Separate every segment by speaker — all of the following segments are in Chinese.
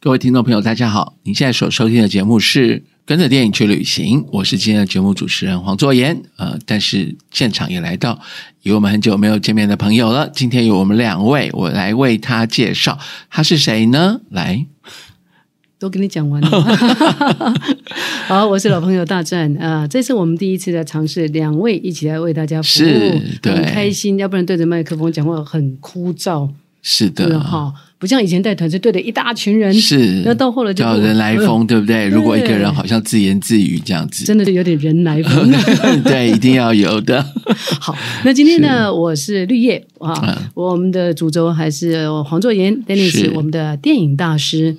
Speaker 1: 各位听众朋友，大家好！您现在所收听的节目是《跟着电影去旅行》，我是今天的节目主持人黄作言。呃，但是现场也来到有我们很久没有见面的朋友了。今天有我们两位，我来为他介绍，他是谁呢？来，
Speaker 2: 都跟你讲完了。 好，我是老朋友大战啊、呃这是我们第一次来尝试两位一起来为大家服务，
Speaker 1: 是对
Speaker 2: 很开心。要不然对着麦克风讲话很枯燥，
Speaker 1: 是
Speaker 2: 对
Speaker 1: 的，
Speaker 2: 哈，不像以前带团是对着一大群人，
Speaker 1: 啊是
Speaker 2: 那到后来就
Speaker 1: 叫人来疯，对不对？如果一个人好像自言自语这样子，
Speaker 2: 真的是有点人来疯。啊
Speaker 1: 对，一定要有 的。
Speaker 2: 好，那今天呢，我是绿叶啊，
Speaker 1: 嗯
Speaker 2: 我们的主轴还是呃黄作言 Dennis，
Speaker 1: 是哦
Speaker 2: 我们的电影大师。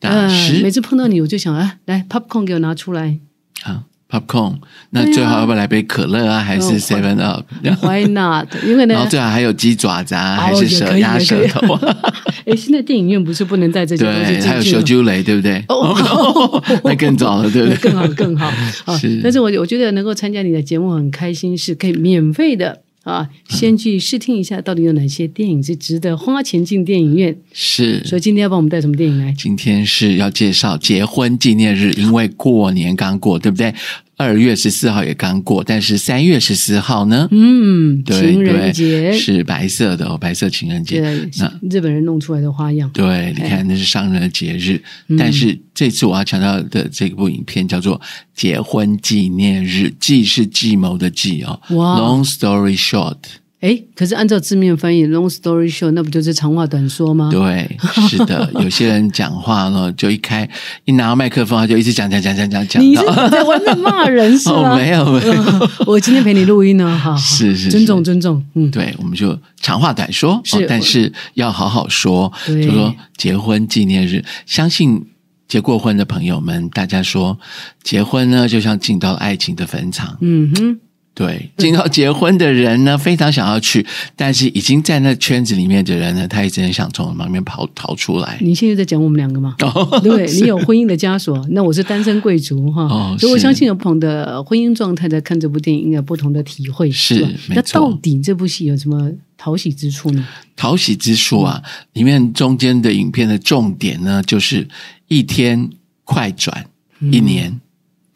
Speaker 1: 大
Speaker 2: 呃，每
Speaker 1: 师
Speaker 2: 次碰到你，我就想啊，来 popcorn 给我拿出来
Speaker 1: 啊，popcorn，那
Speaker 2: 对啊
Speaker 1: 最好要不要来杯可乐啊，还是
Speaker 2: 嗯
Speaker 1: Seven Up？
Speaker 2: ，Why not？因 为
Speaker 1: 然
Speaker 2: 呢
Speaker 1: 后，最好还有鸡爪子啊，
Speaker 2: 哦
Speaker 1: 还是
Speaker 2: 也
Speaker 1: 蛇
Speaker 2: 可以
Speaker 1: 鸭
Speaker 2: 也可
Speaker 1: 舌
Speaker 2: 以
Speaker 1: 头，啊
Speaker 2: 哎，现在电影院不是不能带这些东西
Speaker 1: 对，还有
Speaker 2: 进去
Speaker 1: 小
Speaker 2: 吗？
Speaker 1: 酒雷，对不对？
Speaker 2: 哦，
Speaker 1: 那更早了，对
Speaker 2: 那
Speaker 1: 不对
Speaker 2: 更？好更好啊
Speaker 1: 是！
Speaker 2: 但是我我觉得能够参加你的节目很开心，是可以免费的啊，先去试听一下到底有哪些电影是值得花钱进电影院。所
Speaker 1: 是。
Speaker 2: 以今天要帮我们带什么电影来？
Speaker 1: 今天是要介绍结婚纪念日，因为过年刚过，对不对？二月十四号也刚过，但是三月十四号呢？
Speaker 2: 嗯，
Speaker 1: 对
Speaker 2: 情人
Speaker 1: 对
Speaker 2: 节
Speaker 1: 是白色的哦，白色情人节。
Speaker 2: 对
Speaker 1: 那
Speaker 2: 日本人弄出来的花样。
Speaker 1: 对，你看那是商人的节日，
Speaker 2: 嗯
Speaker 1: 但是这次我要强调的这部影片叫做《结婚纪念日》，计是计谋的计哦。
Speaker 2: 哇
Speaker 1: Long story short，
Speaker 2: 哎，可是按照字面翻译，long story short，那不就是长话短说吗？
Speaker 1: 对，是的，有些人讲话呢，就一开一拿到麦克风，他就一直讲讲讲讲讲讲
Speaker 2: 你是嗯
Speaker 1: 到。
Speaker 2: 在外面骂人是
Speaker 1: 哦，
Speaker 2: 吗？
Speaker 1: 没有没有，
Speaker 2: 我今天陪你录音呢，哈，好
Speaker 1: 是是
Speaker 2: 尊
Speaker 1: 是
Speaker 2: 重尊重，嗯，
Speaker 1: 对，我们就长话短说，
Speaker 2: 是
Speaker 1: 哦但是要好好说，
Speaker 2: 对
Speaker 1: 就说结婚纪念日，相信。结过婚的朋友们，大家说，结婚呢就像进到了爱情的坟场，
Speaker 2: 嗯哼，
Speaker 1: 对，进到结婚的人呢，非常想要去，但是已经在那圈子里面的人呢，他一直很想从旁边跑逃出来。
Speaker 2: 你现在在讲我们两个吗？
Speaker 1: 哦
Speaker 2: 对你有婚姻的枷 锁，那我是单身贵族哈，
Speaker 1: 哦
Speaker 2: 所以我
Speaker 1: 是
Speaker 2: 相信有不同的婚姻状态在看这部电影，应该有不同的体会。
Speaker 1: 是
Speaker 2: 吧
Speaker 1: 没
Speaker 2: 那
Speaker 1: 错
Speaker 2: 到底这部戏有什么讨喜之处呢？
Speaker 1: 讨喜之术啊，里面中间的影片的重点呢，就是一天快转
Speaker 2: 嗯
Speaker 1: 一年。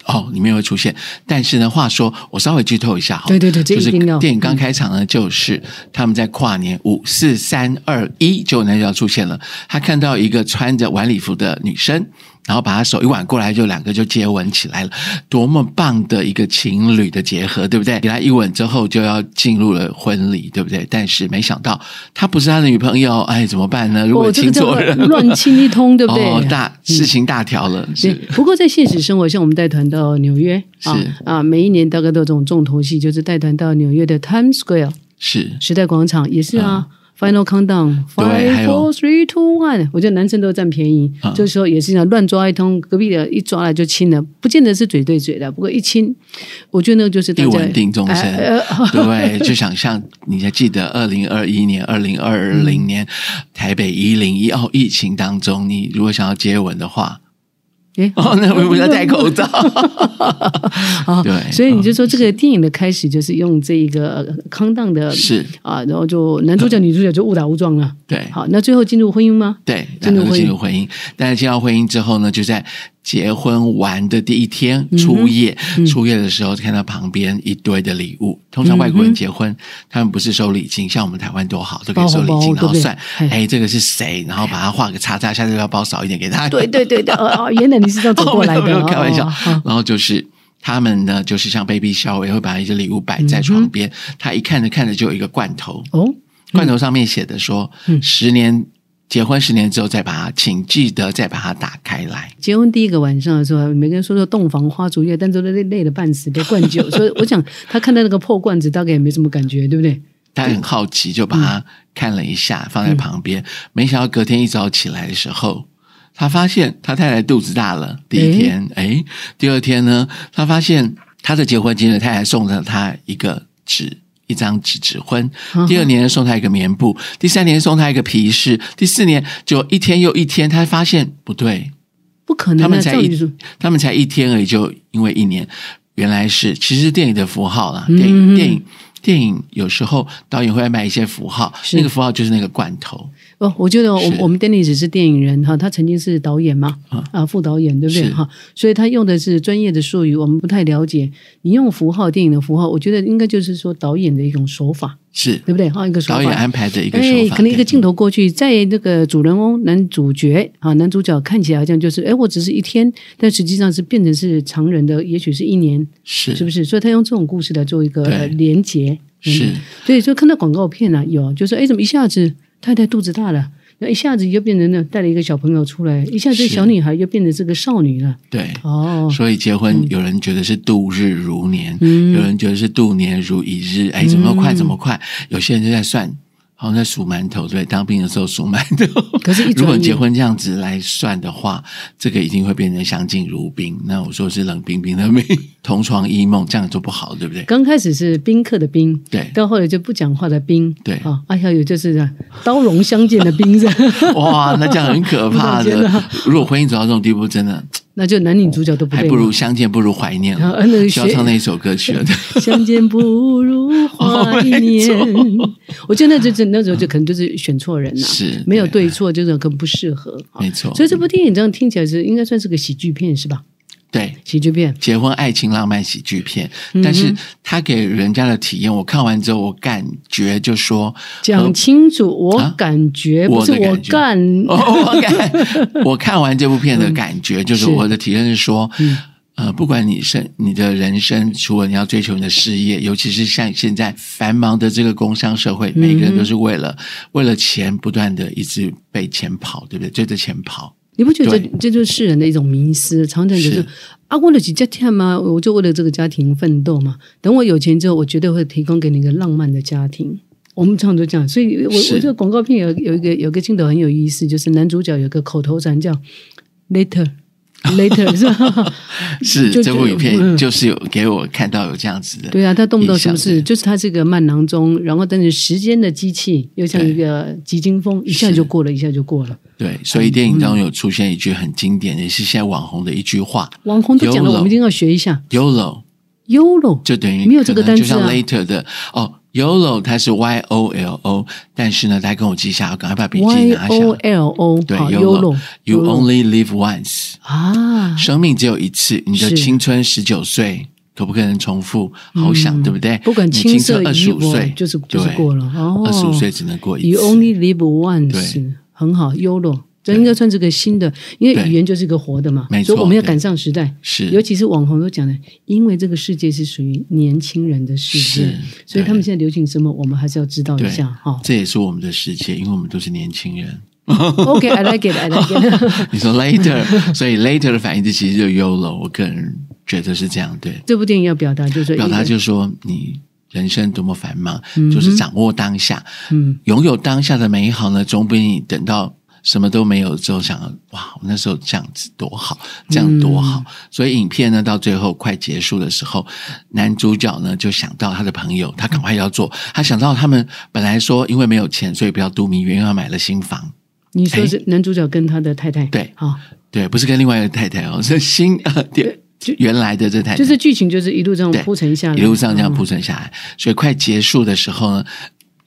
Speaker 1: 哦，里面会出现，但是呢，话说我稍微剧透一下哈，
Speaker 2: 对对对这
Speaker 1: 就是
Speaker 2: 一定要
Speaker 1: 电影刚开场呢，就是他们在跨年五四三二一，就那就要出现了。他看到一个穿着晚礼服的女生，然后把她手一挽过来，就两个就接吻起来了，多么棒的一个情侣的结合，对不对？给他一吻之后就要进入了婚礼，对不对？但是没想到她不是他的女朋友，哎，怎么办呢？如果
Speaker 2: 哦，这个
Speaker 1: 亲
Speaker 2: 叫
Speaker 1: 错人了，
Speaker 2: 乱亲 一通，对不对？
Speaker 1: 哦，大事情大条了，
Speaker 2: 对
Speaker 1: 是，
Speaker 2: 不过在现实生活，像我们带团到纽约啊
Speaker 1: 是
Speaker 2: 啊，每一年大概都有这种重头戏，就是带团到纽约的 Times Square
Speaker 1: 是。
Speaker 2: 时代广场，也是啊。Final countdown,
Speaker 1: 对
Speaker 2: five,
Speaker 1: 还有
Speaker 2: four, three, two, one。我觉得男生都占便宜，
Speaker 1: 嗯
Speaker 2: 就是说也是想乱抓一通，隔壁的一抓来就亲了，不见得是嘴对嘴的，不过一亲，我觉得那个就是大
Speaker 1: 一
Speaker 2: 家
Speaker 1: 吻定终身，
Speaker 2: 哎呃
Speaker 1: 对，就想象你还记得二零二一年、二零二零年、
Speaker 2: 嗯
Speaker 1: 台北一零一哦疫情当中，你如果想要接吻的话，
Speaker 2: 哎
Speaker 1: 哦，那我们要戴口 罩，
Speaker 2: 啊
Speaker 1: 对
Speaker 2: 所以你就说这个电影的开始就是用这一个呃 countdown 的
Speaker 1: 是
Speaker 2: 啊，然后就男主角女主角就误打误撞了。
Speaker 1: 对
Speaker 2: 好，那最后进入婚姻 吗？
Speaker 1: 对，然
Speaker 2: 进入
Speaker 1: 后
Speaker 2: 婚
Speaker 1: 进
Speaker 2: 姻
Speaker 1: 入婚姻，但是进到婚姻之后呢，就在结婚完的第一天
Speaker 2: 嗯
Speaker 1: 初夜，初夜的时候看到旁边一堆的礼物。通常外国人结婚，他们不是收礼金，像我们台湾多好，都可以
Speaker 2: 嗯包
Speaker 1: 收
Speaker 2: 红
Speaker 1: 礼
Speaker 2: 包
Speaker 1: 金，然
Speaker 2: 对不
Speaker 1: 后
Speaker 2: 对
Speaker 1: 算，
Speaker 2: 嘿
Speaker 1: 哎，这个是谁，然后把它画个叉叉，下次要包少一点给他。
Speaker 2: 对对对对，哦哦，原来你是 这样走过来的，
Speaker 1: 没有没有开玩笑。
Speaker 2: 哦哦哦
Speaker 1: 然后就是他们呢，就是像 baby shower 也会把一些礼物摆在床
Speaker 2: 嗯
Speaker 1: 边，他一看着看着就有一个罐头，
Speaker 2: 哦，
Speaker 1: 罐头上面写的说，
Speaker 2: 嗯
Speaker 1: 十年结婚十年之后再把它，请记得再把它打开来。
Speaker 2: 结婚第一个晚上的时候，每个人说说洞房花烛夜，但都累累的半死，被灌酒。所以我想，他看到那个破罐子，大概也没什么感觉，对不对？
Speaker 1: 他很好奇，就把它看了一下，放在旁边。没想到隔天一早起来的时候，他发现他太太肚子大了。第一天，哎、第二天呢，他发现他的结婚纪念日太太送了他一个纸。一张纸纸婚
Speaker 2: 嗯，
Speaker 1: 第二年送他一个棉布，第三年送他一个皮饰，第四年就一天又一天，他发现不对，
Speaker 2: 不可能
Speaker 1: 他
Speaker 2: 啊！
Speaker 1: 们才
Speaker 2: 照理说
Speaker 1: 一，他们才一天而已，就因为一年，原来是其实是电影的符号啦，
Speaker 2: 嗯
Speaker 1: 电
Speaker 2: 嗯
Speaker 1: 影
Speaker 2: 嗯
Speaker 1: 电影电影有时候导演会安排一些符号，
Speaker 2: 是
Speaker 1: 那个符号就是那个罐头，
Speaker 2: 哦，我觉得我
Speaker 1: 是
Speaker 2: 我们 Danny 只是电影人哈，他曾经是导演嘛，
Speaker 1: 啊
Speaker 2: 啊、副导演对不对
Speaker 1: 是
Speaker 2: 哈？所以他用的是专业的术语，我们不太了解。你用符号电影的符号，我觉得应该就是说导演的一种手法，
Speaker 1: 是
Speaker 2: 对不对？哈，一个手法。
Speaker 1: 导演安排的一个
Speaker 2: 哎，
Speaker 1: 手法，
Speaker 2: 可能一个镜
Speaker 1: 头
Speaker 2: 头过去，在那个主人翁、男主角啊、男主角看起来好像就是，哎，我只是一天，但实际上是变成是常人的，也许是一年，
Speaker 1: 是
Speaker 2: 是不是？所以他用这种故事来做一个
Speaker 1: 对
Speaker 2: 呃连结。
Speaker 1: 是
Speaker 2: 所以就看到广告片啊，有就说，哎，怎么一下子太太肚子大了，那一下子又变成了带了一个小朋友出来，一下子
Speaker 1: 是
Speaker 2: 小女孩又变成这个少女了。
Speaker 1: 对。
Speaker 2: 哦，
Speaker 1: 所以结婚，有人觉得是度日如年，
Speaker 2: 嗯
Speaker 1: 有人觉得是度年如一日，哎，怎么快怎么快？有些人就在算，好像在数馒头，对，当兵的时候数馒头。
Speaker 2: 可是一
Speaker 1: 如
Speaker 2: 转眼
Speaker 1: 果结婚这样子来算的话，这个一定会变成相敬如宾。那我说是冷冰冰 的命，同床异梦，这样就不好，对不对？
Speaker 2: 刚开始是宾客的宾，
Speaker 1: 对，
Speaker 2: 到后来就不讲话的宾，
Speaker 1: 对
Speaker 2: 啊，哎呀，有就是刀龙相见的宾，是吧
Speaker 1: 哇，那这样很可怕
Speaker 2: 我的天
Speaker 1: 的。 如果婚姻走到这种地步，真的
Speaker 2: 那就男女主角都不
Speaker 1: 还
Speaker 2: 对
Speaker 1: 不如
Speaker 2: 嘛
Speaker 1: 相见不如怀 念
Speaker 2: 啊那
Speaker 1: 了。
Speaker 2: 个
Speaker 1: 需要
Speaker 2: 学
Speaker 1: 唱那一首歌曲了。 对
Speaker 2: 相见不如 怀
Speaker 1: 哦
Speaker 2: 念
Speaker 1: 没。
Speaker 2: 我觉得那就是那时候就可能就是选错人了，
Speaker 1: 是
Speaker 2: 没有对错，就是更不适合。啊
Speaker 1: 没错
Speaker 2: 所以这部电影这样听起来是应该算是个喜剧片是吧？
Speaker 1: 对，
Speaker 2: 喜剧片，
Speaker 1: 结婚爱情浪漫喜剧片，
Speaker 2: 嗯哼
Speaker 1: 但是他给人家的体验，我看完之后，我感觉就说，
Speaker 2: 讲清楚，我
Speaker 1: 嗯啊
Speaker 2: 感觉、
Speaker 1: 我
Speaker 2: 不
Speaker 1: 的
Speaker 2: 是我
Speaker 1: 感觉
Speaker 2: 干，
Speaker 1: 我哦我 看我看完这部片的感觉，就是
Speaker 2: 嗯是
Speaker 1: 我的体验是说，
Speaker 2: 嗯
Speaker 1: 呃，不管你生你的人生，除了你要追求你的事业，尤其是像现在繁忙的这个工商社会，每个人都是为
Speaker 2: 嗯
Speaker 1: 了、为了钱不断的一直被钱跑，对不对？追着钱跑，
Speaker 2: 你不觉得这
Speaker 1: 对
Speaker 2: 这就是世人的一种迷失？常常就是
Speaker 1: 是
Speaker 2: 啊，我的几家天嘛，我就为了这个家庭奋斗嘛。等我有钱之后，我绝对会提供给你一个浪漫的家庭。我们常常都这样，所以我
Speaker 1: 是
Speaker 2: 我这个广告片有有一个有一个镜头很有意思，就是男主角有个口头禅叫 “later later” 是 吧？
Speaker 1: 是
Speaker 2: 就
Speaker 1: 这部影
Speaker 2: 嗯
Speaker 1: 片就是有给我看到有这样子的，
Speaker 2: 对啊，他动不动什么
Speaker 1: 印
Speaker 2: 事，
Speaker 1: 象
Speaker 2: 就是他这个慢郎中，然后但是时间的机器又像一个急惊风，一下
Speaker 1: 是
Speaker 2: 就过了，一下就过了。
Speaker 1: 对，所以电影当中有出现一句很经典，也是现在网红的一句话
Speaker 2: 网红都讲了，
Speaker 1: YOLO
Speaker 2: 我们一定要学一下
Speaker 1: ，“YOLO”，
Speaker 2: “yolo”。
Speaker 1: 就等于
Speaker 2: 没有这个单字啊
Speaker 1: 可能就像 later 的哦，YOLO 它是 Y O L O，但是呢，大家跟我记一下，赶快把笔记
Speaker 2: Y
Speaker 1: 拿下
Speaker 2: O。L O，
Speaker 1: 对
Speaker 2: 好
Speaker 1: ，YOLO，You
Speaker 2: YOLO
Speaker 1: only live once，
Speaker 2: 啊，
Speaker 1: 生命只有一次，你的
Speaker 2: 是
Speaker 1: 青春十九岁。可不可能重复？好想，对不对？
Speaker 2: 嗯不管
Speaker 1: 你
Speaker 2: 青
Speaker 1: 青
Speaker 2: 涩
Speaker 1: 春二十
Speaker 2: 与
Speaker 1: 五
Speaker 2: 否
Speaker 1: 岁，
Speaker 2: 就是就是过了哦
Speaker 1: 二十五岁只能过一
Speaker 2: You
Speaker 1: 次。
Speaker 2: only live once，
Speaker 1: 对
Speaker 2: 很好，Yolo，这应该算是个新的，因为
Speaker 1: 对
Speaker 2: 语言就是一个活的嘛，
Speaker 1: 没错
Speaker 2: 所以我们要赶上时代。
Speaker 1: 是
Speaker 2: 尤其是网红都讲的，因为这个世界是属于年轻人的世界
Speaker 1: 是，
Speaker 2: 所
Speaker 1: 对
Speaker 2: 以他们现在流行什么，我们还是要知道一下哈。
Speaker 1: 这也是我们的世界，因为我们都是年轻人。
Speaker 2: OK，I like it，I like it。
Speaker 1: 你说 later，所以 later 的反义词其实就 YOLO。我个人觉得是这样，对，
Speaker 2: 这部电影要表达就是说一个
Speaker 1: 表达就是说你人生多么繁忙，就是掌握当下，
Speaker 2: 嗯，
Speaker 1: 拥有当下的美好呢，总比你等到。什么都没有之后想，哇，我那时候这样子多好，这样多好。所以影片呢，到最后快结束的时候，男主角呢就想到他的朋友，他赶快要做。他想到他们本来说，因为没有钱，所以不要度蜜月，因为他买了新房。
Speaker 2: 你说是男主角跟他的太太
Speaker 1: 哎对
Speaker 2: 好。
Speaker 1: 对，不是跟另外一个太太哦，是新呃，对
Speaker 2: 就
Speaker 1: 原来的这太太，
Speaker 2: 就是剧情就是一路这样
Speaker 1: 对
Speaker 2: 铺陈下来，
Speaker 1: 一路上这样
Speaker 2: 嗯
Speaker 1: 铺陈下来，所以快结束的时候呢，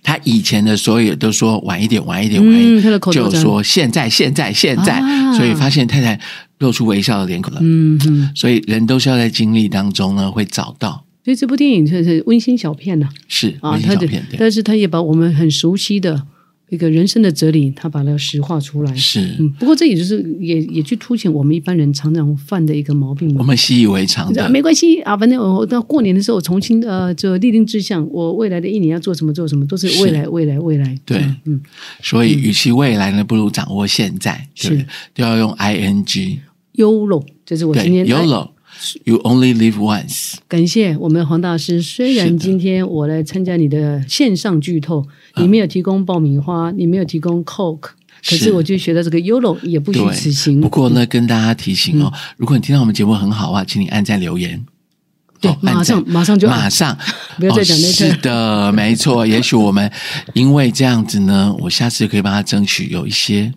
Speaker 1: 他以前的所有都说晚一点，晚一点，晚一点，
Speaker 2: 嗯他的口头
Speaker 1: 就
Speaker 2: 禅
Speaker 1: 说现在，现在，现在，
Speaker 2: 啊
Speaker 1: 所以发现太太露出微笑的脸孔了。
Speaker 2: 嗯嗯，
Speaker 1: 所以人都是要在经历当中呢，会找到
Speaker 2: 所以这部电影算是温馨小片呐、
Speaker 1: 是
Speaker 2: 啊，
Speaker 1: 温馨
Speaker 2: 它
Speaker 1: 小
Speaker 2: 的
Speaker 1: 片，对，
Speaker 2: 但是它也把我们很熟悉的一个人生的哲理，它把它实化出来。
Speaker 1: 是、
Speaker 2: 嗯，不过这也就是也也去凸显我们一般人常常犯的一个毛病
Speaker 1: 我
Speaker 2: 嘛。
Speaker 1: 们习以为常
Speaker 2: 啊
Speaker 1: 的，
Speaker 2: 没关系啊，反正我到过年的时候，我重新呃，就立定志向，我未来的一年要做什么做什么，都是
Speaker 1: 是
Speaker 2: 未来未来未来。
Speaker 1: 对
Speaker 2: 嗯嗯，
Speaker 1: 所以与其未来呢，不如掌握现在，对不对
Speaker 2: 是
Speaker 1: 都要用 i n g，
Speaker 2: 优柔，这是我
Speaker 1: 对
Speaker 2: 今天哎
Speaker 1: ，yolo，you only live once，
Speaker 2: 感谢我们黄大师。虽
Speaker 1: 是
Speaker 2: 然
Speaker 1: 的
Speaker 2: 今天我来参加你的线上剧透，你没有提供爆米花，你没有提供 Coke，可
Speaker 1: 啊
Speaker 2: 是
Speaker 1: 是
Speaker 2: 我就学到这个 Yolo 也不虚
Speaker 1: 对，
Speaker 2: 此行。
Speaker 1: 不过呢，跟大家提醒
Speaker 2: 嗯
Speaker 1: 哦，如果你听到我们节目很好啊，请你按赞留言。
Speaker 2: 对
Speaker 1: 哦，按赞
Speaker 2: 马上马上就
Speaker 1: 马上，
Speaker 2: 不要再讲
Speaker 1: 哦
Speaker 2: 那个
Speaker 1: 是 的，没错。也许我们因为这样子呢，我下次可以帮他争取有一些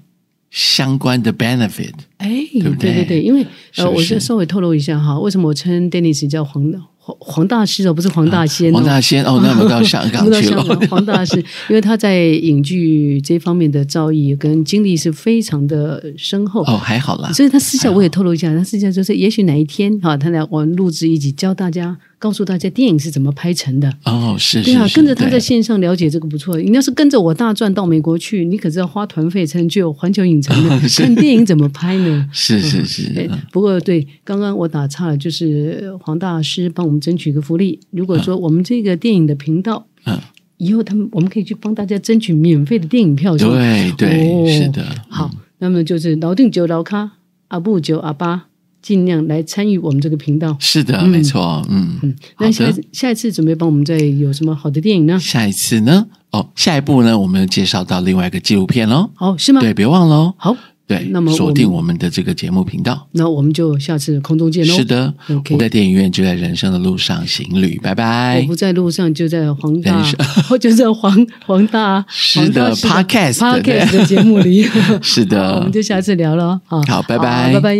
Speaker 1: 相关的 benefit。
Speaker 2: 哎，对
Speaker 1: 不对
Speaker 2: 对对，因为
Speaker 1: 是
Speaker 2: 呃，
Speaker 1: 不
Speaker 2: 我
Speaker 1: 是
Speaker 2: 就稍微透露一下哈，为什么我称 Dennis 叫黄黄黄大师哦，不是黄大仙、哦
Speaker 1: 黄大仙 哦，那我们到香港去
Speaker 2: 我们到香港
Speaker 1: 了。
Speaker 2: 黄大师，因为他在影剧这方面的造诣跟经历是非常的深厚。
Speaker 1: 哦，还好啦。
Speaker 2: 所以他私下我也透露
Speaker 1: 啊
Speaker 2: 一下，他私下就是，也许哪一天哈、他来我们录制一集，教大家，告诉大家电影是怎么拍成的。
Speaker 1: 哦，是是
Speaker 2: 对啊，
Speaker 1: 是
Speaker 2: 跟着他在
Speaker 1: 对，
Speaker 2: 线上了解这个不错。你要是跟着我大转到美国去，你可是要花团费才能去有环球影城的
Speaker 1: 是
Speaker 2: 看电影怎么 拍呢？
Speaker 1: 是是
Speaker 2: 对
Speaker 1: 是，，
Speaker 2: 不过对，刚刚我打岔了，就是呃黄大师帮我们争取一个福利。如果
Speaker 1: 啊
Speaker 2: 说我们这个电影的频道
Speaker 1: 嗯，
Speaker 2: 以后他们我们可以去帮大家争取免费的电影票，是吧
Speaker 1: 对
Speaker 2: 哦
Speaker 1: 对，是的。
Speaker 2: 好，那么就是老定九老咖阿布九阿巴，尽量来参与我们这个频道。
Speaker 1: 是的，没错，嗯，好
Speaker 2: 那下一
Speaker 1: 的。
Speaker 2: 次下一次准备帮我们再有什么好的电影呢？
Speaker 1: 下一次呢？哦，下一步呢，我们介绍到另外一个纪录片喽。
Speaker 2: 好，是吗？
Speaker 1: 对，别忘喽。
Speaker 2: 好，
Speaker 1: 对，
Speaker 2: 那么我
Speaker 1: 锁
Speaker 2: 们
Speaker 1: 定我们的这个节目频道。
Speaker 2: 那我们就下次空中见喽。
Speaker 1: 是，的
Speaker 2: OK
Speaker 1: 我在电影院就在人生的路上行旅，拜
Speaker 2: 我
Speaker 1: 拜
Speaker 2: 不。在路上，就在黄大
Speaker 1: 人生，
Speaker 2: 我 就在黄黄大
Speaker 1: 是的
Speaker 2: 黄大师
Speaker 1: podcast，对
Speaker 2: podcast 的节目里。
Speaker 1: 是
Speaker 2: 我
Speaker 1: 的
Speaker 2: 们，就下次聊了。好，
Speaker 1: 好拜拜
Speaker 2: 拜拜。